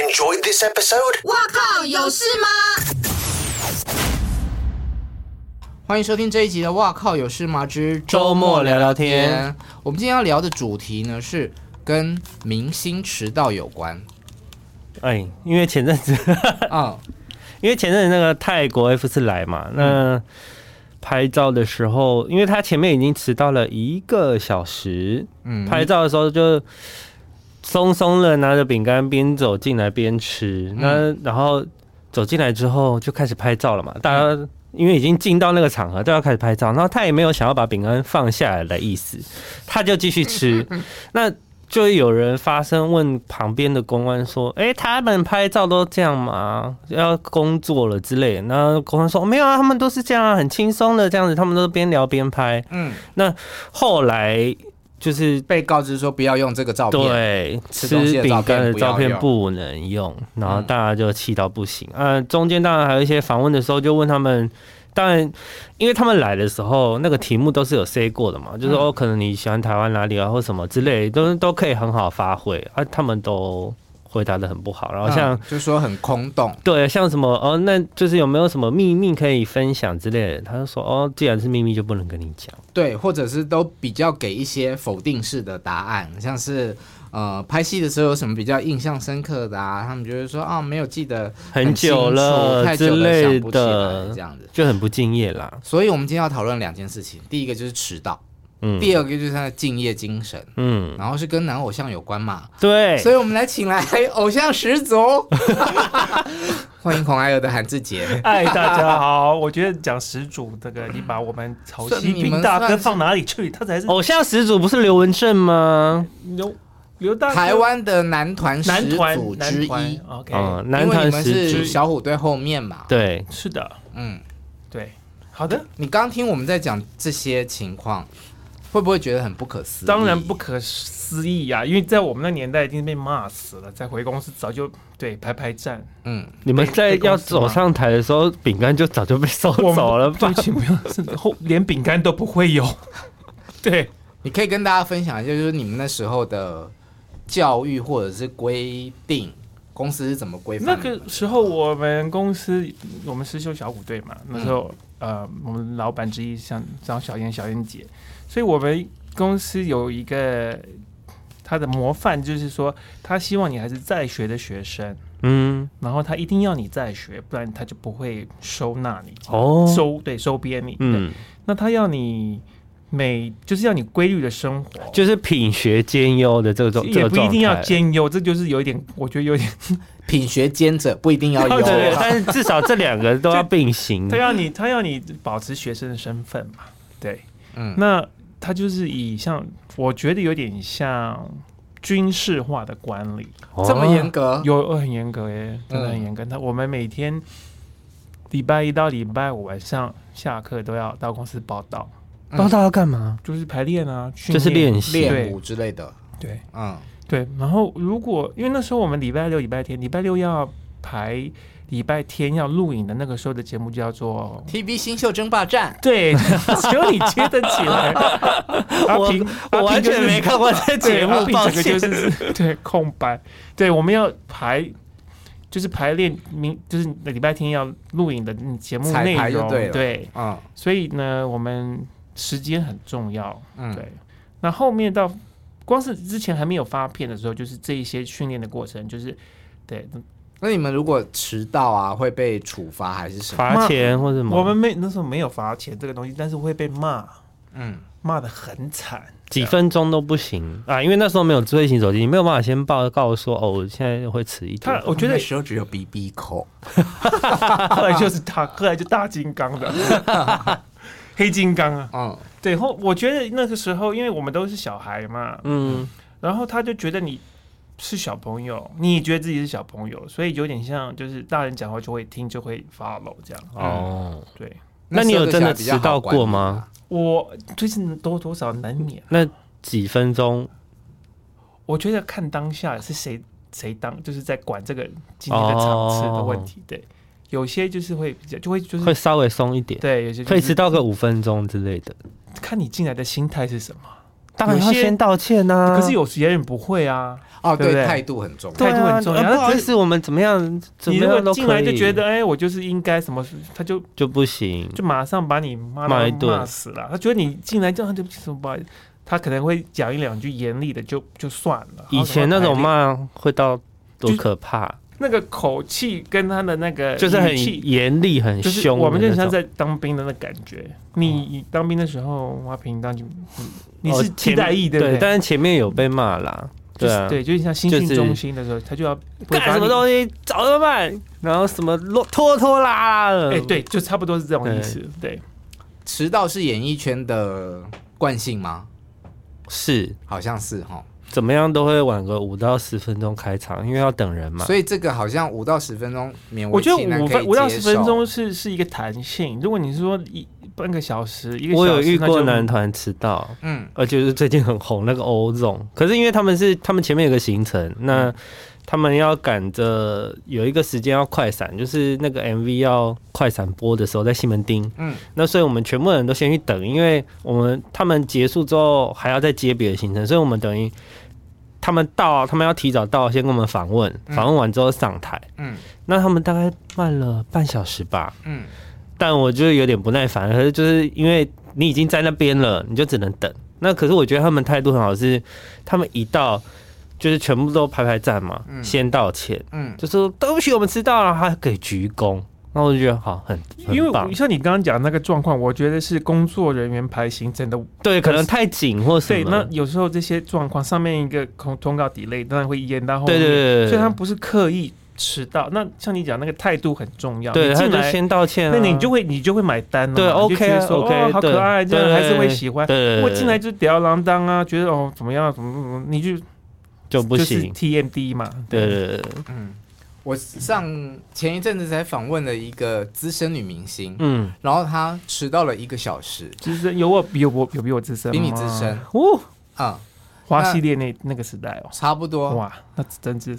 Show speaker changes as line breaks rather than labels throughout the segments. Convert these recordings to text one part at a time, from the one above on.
enjoyed this episode?
哇靠，有事吗？
欢迎收听这一集的《哇靠有事吗之
周末聊聊天》。
我们今天要聊的主题呢是跟明星迟到有关。
哎，因为前阵子，
嗯，
因为前阵子那个泰国 F 四来嘛，那拍照的时候，因为他前面已经迟到了一个小时，
嗯
拍照的时候就松松的拿着饼干边走进来边吃，那然后走进来之后就开始拍照了嘛，大家。因为已经进到那个场合，都要开始拍照，然后他也没有想要把饼干放下来的意思，他就继续吃。那就有人发声问旁边的公安说：“诶，他们拍照都这样吗？要工作了之类的。”然后公安说：“没有啊，他们都是这样啊，很轻松的这样子，他们都边聊边拍。”
嗯，
那后来就是
被告知说不要用这个照片。，啊
对，
吃
吃
东西的
饼
照片
干的
不要
照片
用嗯
不能用，然后大家就气到不行。呃，中间当然还有一些访问的时候，就问他们，当然，因为他们来的时候那个题目都是有 say 过的
嗯
嘛，就是、哦，可能你喜欢台湾哪里啊，或什么之类，都都可以很好发挥啊。他们都回答的很不好，然后像。
嗯、就说很空洞。
对，像什么哦，那就是有没有什么秘密可以分享之类的？他就说哦，既然是秘密，就不能跟你讲。
对，或者是都比较给一些否定式的答案，像是呃拍戏的时候有什么比较印象深刻的啊，他们就会说啊没有记得
很
清
久
楚
了
太
之
久了
类
想不起来
的
这样子。
就很不敬业啦。
所以我们今天要讨论两件事情，第一个就是迟到，
嗯
第二个就是他的敬业精神，
嗯，
然后是跟男偶像有关嘛，
哎
对，
所以我们来请来 偶像十足， 欢迎孔爱儿的韩志杰。
嗨，哎大家好！我觉得讲始祖这个，你把我们曹
算
西
你们
平大
算
哥
是
放哪里去？他
嗯
才是
偶像始祖不是刘文正吗？
刘刘大哥
台湾的男团
男
始
团
祖之
男
一，
团 OK，、
嗯，男
因为
团
你们
始
是
祖。
小虎队后面嘛，
对，
是的，
嗯，
对，好的，
你刚听我们在讲这些情况，会不会觉得很不可思议？
当然不可思议啊！因为在我们那年代已经被骂死了，在回公司早就对排 排站，
嗯，
你们在要走上台的时候，饼干就早就被收
我们
走了 吧
对不？起，不要，是后连饼干都不会有， 对，
你可以跟大家分享一下，就是你们那时候的教育或者是规定，公司是怎么规范
那
你们的？
个时候我们公司我们师兄小虎队嘛，
嗯
那时候、呃我们老板之一像张小燕小燕姐，所以我们公司有一个他的模范，就是说他希望你还是在学的学生，
嗯，
然后他一定要你在学，不然他就不会收纳你，
哦，
收对收编你，对，
嗯，
那他要你每就是要你规律的生活，
就是品学兼优的这种，这
也
个
不一
状
定要
态
兼优，这就是有一点，我觉得有点
品学兼着，不一定要
对
有。
哦对，但是至少这两个都要并行
啊 他。要你，他要你保持学生的身份嘛，对，
嗯
那他就是以像我觉得有点像军事化的管理，
哦
这么严格，
有呃很严格耶，
嗯
真的很严格。他、我们每天礼拜一到礼拜五晚上下课都要到公司报道，
报道要干嘛？
就是排练啊，训
嗯就是练习。
练舞之类的，
对
嗯，
对。然后如果因为那时候我们礼拜六、礼拜天，礼拜六要排，礼拜天要录影的那个时候的节目叫做
TV 新秀争霸战，
对， 只有你接得 起来。阿
我
平，
我
阿平
完
就
全
是
没看过这
对
节
阿
目，
平
抱
整个就
歉。
是对空白。对，我们要排，就是排练明，就是礼拜天要录影的嗯节目
彩
内
排就
容。
对了
对，
嗯
所以呢，我们时间很重要。
嗯，
对，那后面到光是之前还没有发片的时候，就是这一些训练的过程，就是对，
那你们如果迟到啊，会被处罚还是什么？
罚钱或者什么？
我们没那时候没有罚钱这个东西，但是会被骂，
嗯，
骂的很惨。
几分钟都不行啊，因为那时候没有智慧型手机，你没有办法先报告说哦，我现在会迟一
他
点。
我觉得
那时候只有 BB 扣，
后来就是他，后来就大金刚的黑金刚啊。
嗯
对，后我觉得那个时候，因为我们都是小孩嘛，
嗯，
然后他就觉得你是小朋友，你也觉得自己是小朋友，所以有点像就是大人讲话就会听，就会 follow 这样。
哦，
对
那你有真的
时候比较
迟到
好管理
过吗
啊？
我最近多多少难免，
那几分钟
我觉得看当下是谁谁当，就是在管这个今天的场次的问题。对，有些就是会比较就会就是
会稍微松一点，
对，有些
可以
知
迟
道
到个五分钟之类的。
看你进来的心态是什么。
当然
有
要
些
先啊道歉呐、
可是有些人不会啊，
哦，
对不对
态度很重要。
对啊
态度很重要
呃
那
不好意思，我们怎么样，怎
你
么
如
样
果
都
进来
可
就
以
觉得，哎，我就是应该什么，他就
就不行。
就马上把你骂
骂
到
一顿
骂死了。他觉得你进来这样，对不起，什么不好意思，他可能会讲一两句严厉的就，就算了。
以前那种
骂
骂会到多
就
可怕，
那个口气跟他的那个
就是
语气
很严厉、很
就是
凶的那种。
我们就很像在当兵的那感觉。你当兵的时候，花瓶当你你
哦
是替代役
前
对不
对，
对？
但是前面有被骂啦，
就
对
是
啊，
对，就是像新训
就是
中心的时候，他就要
干什么东
西？
西早就办，然后什么拖拖拖拉拉的，
哎，对，就差不多是这种意思。对，
迟到是演艺圈的惯性吗？
是
好像是哈，
怎么样都会晚个五到十分钟开场，因为要等人嘛。
所以这个好像五到十分钟勉为
我觉
其
得
难
五
可以
分五到
接
十分
受
钟是是一个弹性。如果你是说一半个小时，一个
我
小
有
时
遇
那
过
就
男团迟到，
嗯，
呃，就是最近很红那个欧总，可是因为他们是他们前面有个行程，那他们要赶着有一个时间要快闪，就是那个 MV 要快闪播的时候在西门町，
嗯
嗯，那所以我们全部人都先去等，因为我们他们结束之后还要再接别的行程，所以我们等于。他们到，他们要提早到，先跟我们访问，
嗯
访问完之后上台。
嗯
那他们大概慢了半小时吧。
嗯
但我就有点不耐烦，可是就是因为你已经在那边了，你就只能等。那可是我觉得他们态度很好是，他们一到就是全部都排排站嘛，
嗯
先道歉，
嗯
就说对不起，我们迟到了，还给鞠躬。那我就觉得好，很
因为
很棒
我，像你刚刚讲那个状况，我觉得是工作人员排行程的。
对，可能太紧或什
对，
么。
那有时候这些状况上面一个通通告 delay，当然会延到后
对
面。
对对对，
所以他不是刻意迟到。那像你讲那个态度很重要，
对
你
他
进
就
来，
先道歉、啊，
那你就会你就会买单了嘛，
对
你就
OK
觉
啊
得说
OK，
哦好可爱，这
对
样还是
对
会喜欢。
对，
我进来就吊儿郎当啊，觉得哦怎么样怎么怎么，你就
就不
就是
行，
TMD 嘛，
对对对，对
嗯，我上前一阵子才访问了一个资深女明星，
嗯，
然后她迟到了一个小时，
资深有我比有我有比我资深吗，
比你资深
哦，
啊、
花
那
系列那那个时代哦，
差不多。
哇，那真是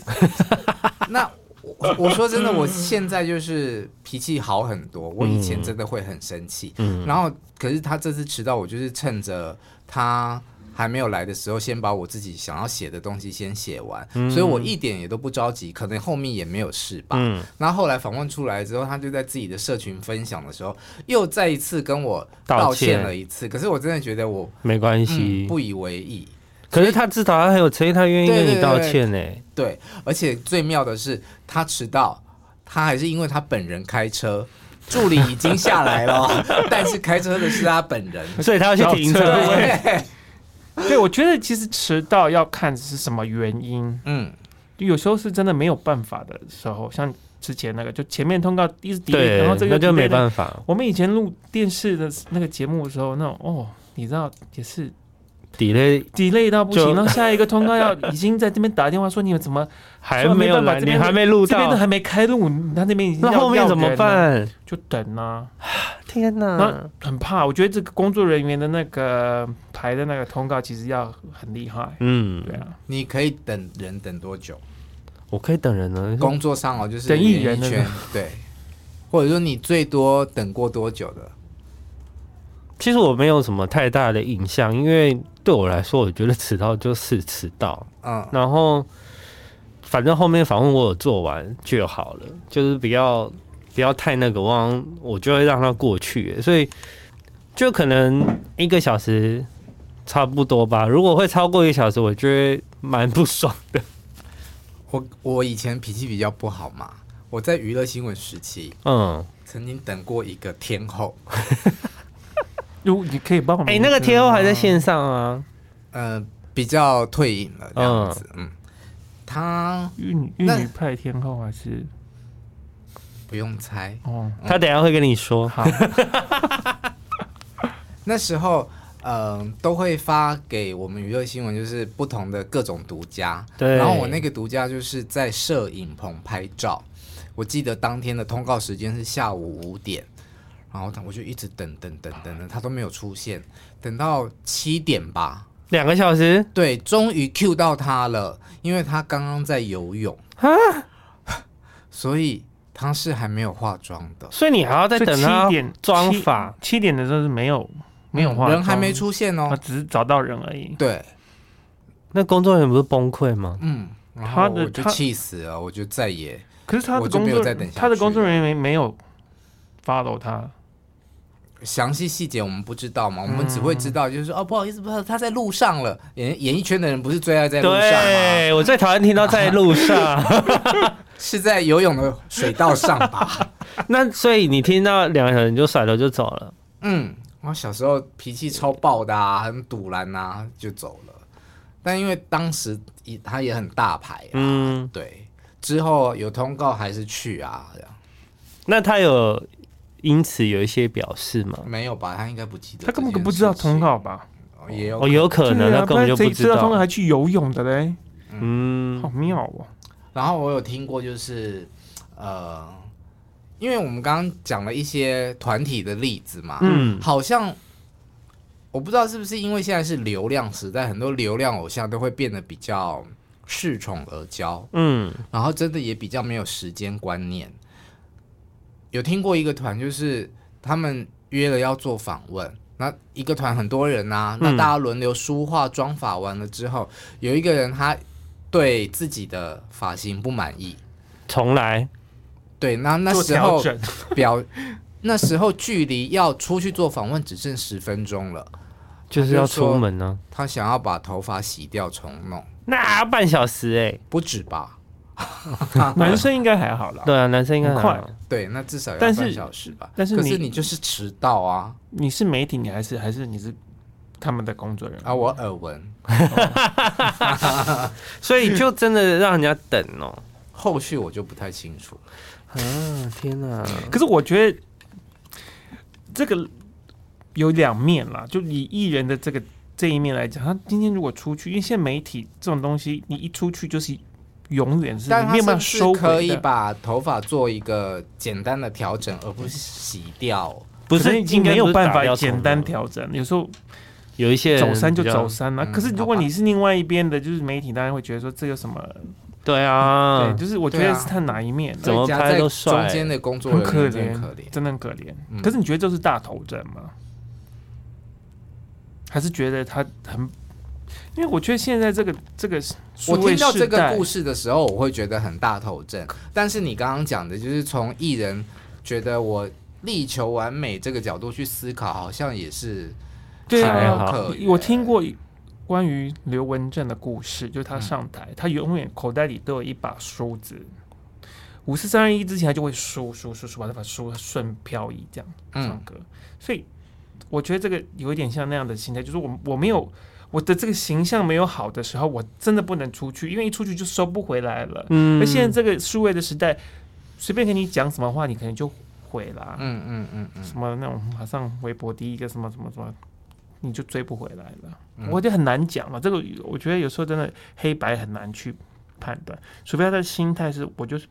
那我我说真的，
嗯
我现在就是脾气好很多，我以前真的会很生气。
嗯
然后，可是他这次迟到，我就是趁着他还没有来的时候，先把我自己想要写的东西先写完，所以我一点也都不着急，可能后面也没有事吧。
嗯，
那后来访问出来之后，他就在自己的社群分享的时候，又再一次跟我道
道歉
歉了一次。可是我真的觉得我、
没关系
嗯、。不以为意。
可是他至少他很有诚意，他愿意
对
跟
对
你道
对
歉呢、
对，而且最妙的是，他迟到，他还是因为他本人开车，助理已经下来了， 但是开车的是他本人。
所以他要去停车
对
位。
对，
对，我觉得其实迟到要看是什么原因，
嗯，
有时候是真的没有办法的时候，像之前那个，就前面通告一直 delay，
对，
然后这个
那就没
法。
办法
我们以前录电视的那个节目的时候，那种哦，你知道也是
，delay
delay 到不
就
行，然后下一个通告要已经在这边打电话说你们怎么
还没有来，
这
你
边
还没录
这边都
到，
还没开录，他那边已经
那
要
后面
要
怎么
人了？
办？
就等啊，
天哪
那！很怕。我觉得这个工作人员的那个排的那个通告其实要很厉害，
嗯，
对啊，
你可以等人等多久？
我可以等人呢。
工作上哦，就是
等艺
演
人
艺
的
圈，对，或者说你最多等过多久的？
其实我没有什么太大的印象，因为对我来说，我觉得迟到就是迟到，
嗯
然后反正后面访问我有做完就好了，就是不要不要太那个，我好像我就会让它过去，所以就可能一个小时差不多吧。如果会超过一个小时，我就会蛮不爽。
我我以前脾气比较不好嘛，我在娱乐新闻时期
嗯，
曾经等过一个天后，
如你可以帮我们
哎、那个天后还在线上啊。
呃，比较退隐了这样子，嗯，她
玉女玉
那
女派天后还是
不用猜，
哦，
他等一下会跟你说，嗯哎
好，
那时候。嗯，都会发给我们娱乐新闻，就是不同的各种独家。
对
然后我那个独家就是在摄影棚拍照，我记得当天的通告时间是下午五点，然后我就一直等等等等等，他都没有出现，等到七点吧，
两个小时，
对，终于 Q 到他了，因为他刚刚在游泳啊， 所以他是还没有化妆的。
所以你还要再等
就
他
七点
妆法。
七点的时候是没有没有化
嗯
妆，
人还没，出现
他
哦。
只是找到人而已。
对，
那工作人员不是崩溃吗？
嗯，然
他
后
的
我就
他
气死了，我就再也
可是他的
我就
工
没有
作
再等下，去
他的工作人员没没有 follow 他，
详细细节我们不知道
嗯
嘛，我们只会知道就是说哦，不好意思，不好意思，他在路上了。演演艺圈的人不是最爱在路上吗？
对，我最讨厌听到在路上。
是在游泳的水道上 吧？
那所以你听到两个人就甩头就走了，
嗯，我小时候脾气超爆的啊，很堵然啊，就走了。但因为当时也他也很大牌、啊，
嗯，
对，之后有通告还是去啊，这样
那他有因此有一些表示吗？
没有吧？他应该不记得，
他根本不知道通，告吧？
哦也有
哦，有可能，
对
他
啊，
根本
然
就
谁
不
知
知
通告
道。
还去游泳的嘞，
嗯
好，妙哦。
然后我有听过，就是呃，因为我们刚刚讲了一些团体的例子嘛，
嗯
好像我不知道是不是因为现在是流量时代，很多流量偶像都会变得比较恃宠而骄，
嗯，
然后真的也比较没有时间观念。有听过一个团，就是他们约了要做访问，那一个团很多人呐、那
嗯
大家轮流梳化妆发完了之后，有一个人他对自己的发型不满意，
重来，
对，那 那
做
时
调
候
整，
表，那时候距离要出去做访问只剩十分钟了，
就是要出门呢、
他想要把头发洗掉重弄，
那半小时哎、
不止吧？
男生应该还好啦。
对啊，男生应该
很
还好
快
对，那至少要
但
半
是
小时吧。
但是
可
你
是你就是迟到啊！
你是媒体，你还是还是你是他们的工作人员
啊，我耳闻，
所以就真的让人家等哦、
后续我就不太清楚。
啊，天哪、
嗯可是我觉得这个有两面啦，就以艺人的这个这一面来讲，他今天如果出去，因为现在媒体这种东西，你一出去就是永远是
但
你没有办
他
法
是
收
不是可
回
以
的。
把头发做一个简单的调整，而不是洗掉。
不
可
是
能已经没有办法简单
调，
调整，有时候
有一些人
走山就
比较
走。山了、
嗯
可是如果
好吧
你是另外一边的，就是媒体，当然会觉得说这有什么？
对啊，
对，就是我觉
对
得
啊
是看哪一面，
怎
所
么
以夹
拍
在
都帅
中间的工作
很
人
可
员真
怜，
的可怜。
真的很可怜。
嗯
可是你觉得这是大头针吗？还是觉得他很？因为我觉得现在这个这个数
我
位
听到
世
这个
代
故事的时候，我会觉得很大头症。但是你刚刚讲的，就是从艺人觉得我力求完美这个角度去思考，好像也是
对
情
还
有
好
啊，
可原
我听过关于刘文正的故事，就是他上台，他永远口袋里都有一把梳子。五四三二一之前，他就会梳梳梳梳，把那把梳顺漂移这样唱
嗯，
歌。所以我觉得这个有一点像那样的心态，就是我我没有我的这个形象没有好的时候，我真的不能出去，因为一出去就收不回来了。
嗯
而现在这个数位的时代，随便跟你讲什么话，你可能就毁了啊、
嗯嗯嗯嗯，
什么那种马上微博第一个什么什么什么，你就追不回来了。
嗯
我就很难讲啊嘛，这个我觉得有时候真的黑白很难去判断，除非他的心态是我就是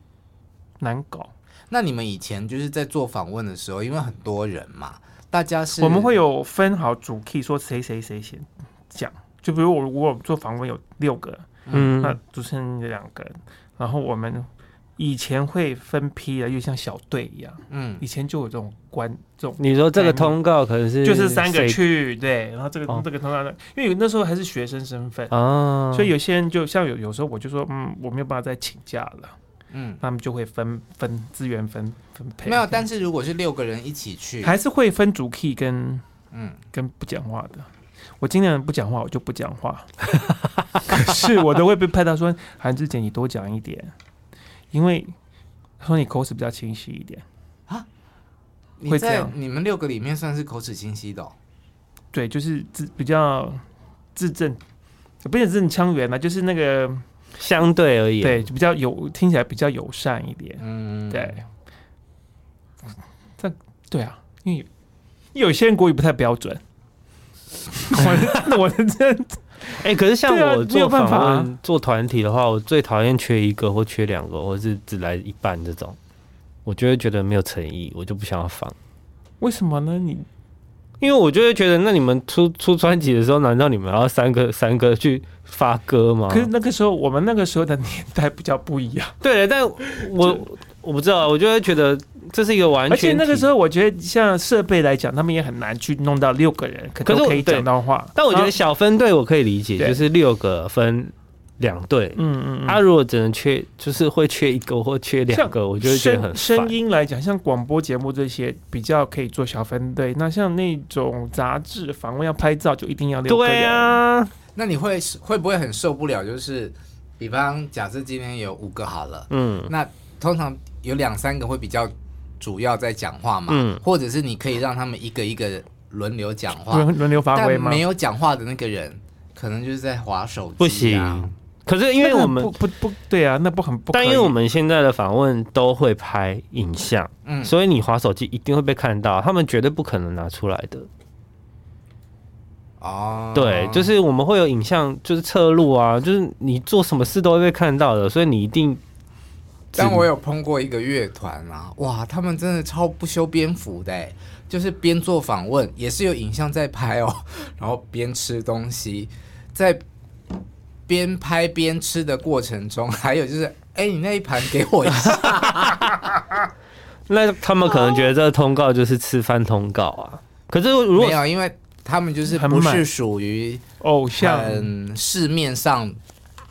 难搞。
那你们以前就是在做访问的时候，因为很多人嘛，大家是
我们会有分好主 key，说谁谁谁先讲。就比如我我做访问有六个，那
嗯
主持人有两个，然后我们以前会分批的，又像小队一样，
嗯
以前就有这种关这种。
你说这个通告可能是
就是三个
谁
去，对，然后这个、
哦
这个通常，因为有那时候还是学生身份，
啊，
所以有些人就像有有时候我就说，嗯，我没有办法再请假了，
嗯，
他们就会分分资源分分配，
没有。但是如果是六个人一起去，
还是会分主 key 跟
嗯。
跟不讲话的。我尽量不讲话，我就不讲话。可是我都会被拍到说，韩志杰你多讲一点，因为他说你口齿比较清晰一点。
你
会这
在
样
你们六个里面算是口齿清晰的、哦，
对，就是字比较字正，不是字正腔圆嘛，啊就是那个
相对而言，
对，就比较友，听起来比较友善一点。
嗯，
对，但对啊，因为因为有些人国语不太标 准。我的我的真
哎、可是像
对
我
啊没有
做
办
访
法啊
问、做团体的话，我最讨厌缺一个或缺两个，或是只来一半这种，我就会觉得没有诚意，我就不想要放，
为什么呢？你
因为我就会觉得，那你们出出专辑的时候，难道你们要三个三个去发歌吗？
可是那个时候，我们那个时候的年代比较不一样。
对，但我我不知道，我就会觉得这是一个完全
而
体。
且那个时候，我觉得像设备来讲，他们也很难去弄到六个人，可
可是
都
我
可以
对
讲到话。
但我觉得
啊，
小分队我可以理解，
对
就是六个分两队，
嗯嗯嗯，
他、如果只能缺，就是会缺一个或缺啊两个，我就会觉得很
声声
烦。
音来讲，像广播节目这些比较可以做小分队，那像那种杂志访问要拍照，就一定要六个人。
对啊，
那你会会不会很受不了？就是，比方假设今天有五个好了，
嗯，
那通常有两三个会比较主要在讲话嘛，
嗯
或者是你可以让他们一个一个轮流讲话，
轮轮流发挥
但
吗？
没有讲话的那个人可能就是在划手机、啊，
不行。可是因为
那
我
很
们
不，不不对啊，那不很不可以。
但因为我们现在的访问都会拍影像，
嗯，
所以你划手机一定会被看到，他们绝对不可能拿出来的。
哦，
对，就是我们会有影像，就是侧录啊，就是你做什么事都会被看到的，所以你一定
但我有碰过一个乐团啊，哇，他们真的超不修边幅的欸，就是边做访问，也是有影像在拍哦， 然后边吃东西，在边拍边吃的过程中，还有就是，哎、你那一盘给我一 下，
那他们可能觉得这个通告就是吃饭通告啊。可是如果
没有，因为他们就是
很
不
满
是属于
偶像，
很市面上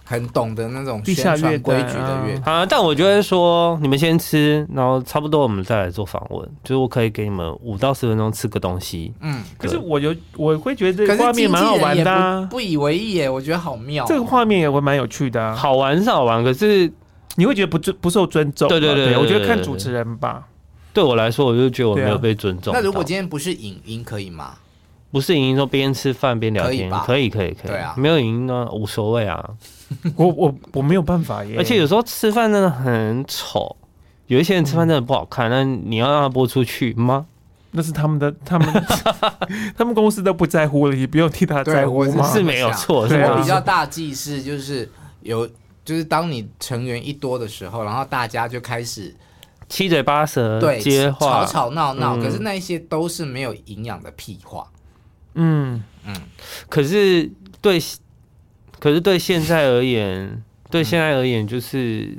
很懂得那种
地下
宣传
乐
规
团
矩
啊
的乐团，
啊，但我觉得说你们先吃，然后差不多我们再来做访问，就是我可以给你们五到十分钟吃个东西。
嗯，
可是我有我会觉得
可
这
是
画
经
面
纪
蛮好
人
玩
也
的、
不
啊，
不以为意耶，我觉得好妙哦、
这个画面也会蛮有趣的、啊。
啊好玩是好玩，可是
你会觉得不尊不受尊重嘛？
对对对对
我觉得
对
看
对
主持人吧，
对我来说，我就觉得我
啊
没有被尊重到。
那如果今天不是影音可以吗？
不是莹莹说边吃饭边聊天
可以吧，
可以可以可以，
对啊
没有莹莹呢无所谓啊。
我我我没有办法耶。
而且有时候吃饭真的很丑，有一些人吃饭真的不好看，那你要让他播出去吗？
那是他们的，他们他们公司都不在乎了，也不用替他在乎
对我
嘛。
是没有错，是
对啊
我
吗
比？较大忌是就是有，就是当你成员一多的时候，然后大家就开始
七嘴八舌
对
接话
吵，吵闹闹，
嗯
可是那一些都是没有营养的屁话。
嗯，
可是对，可是对现在而言，对现在而言，就是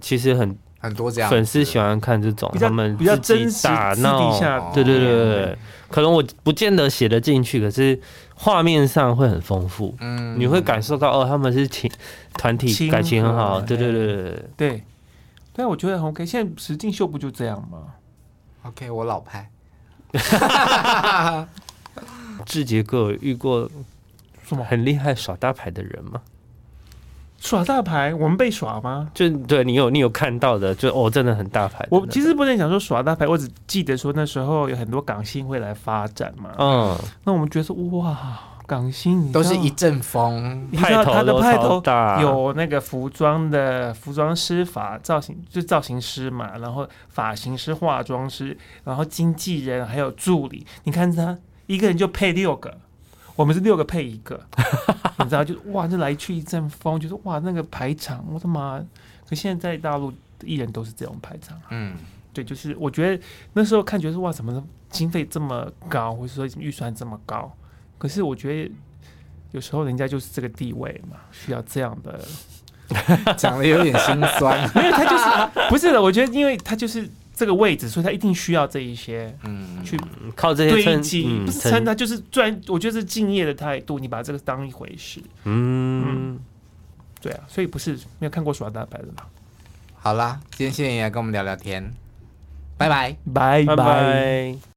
其实很
很多这样子
粉丝喜欢看这种
比较
他们
比较
自己
真实
打
私底
闹，
下，
对对对对，对可能我不见得写得进去，可是画面上会很丰富，
嗯
你会感受到哦，他们是情团体
亲
感情很好，
和哎
对对对对对。
对，对，我觉得很 OK。现在石进秀不就这样吗？
OK，我老派，
志杰哥有遇过
什么
很厉害耍大牌的人吗？
耍大牌？我们被耍吗？
就对你有你有看到的，就哦，真的很大牌的那种。
我其实不能讲说耍大牌，我只记得说那时候有很多港星会来发展嘛。
嗯，
那我们觉得说哇，港星你
都是
知道
一阵风。
你知道他的
都
派
超啊
头
大，
有那个服装的服装师、法造型就造型师嘛，然后发型师、化妆师，然后经纪人还有助理。你看他一个人就配六个，我们是六个配一个，你知道就哇，那来去一阵风，就是哇那个排场，我的妈！可现在在大陆艺人都是这种排场啊，
嗯，
对，就是我觉得那时候看觉得说哇，怎么经费这么高，或者说预算这么高？可是我觉得有时候人家就是这个地位嘛，需要这样的
讲的有点心酸。
没有，他就是不是的。我觉得，因为他就是这个位置，所以他一定需要这一些
嗯，
去
靠这些
堆
称
积，
嗯
不是
称
称他就是专。我觉得是敬业的态度，你把这个当一回事，
嗯，
对啊。所以不是没有看过耍大牌的嘛？
好啦，今天谢谢你来跟我们聊聊天，拜拜。
拜
拜拜。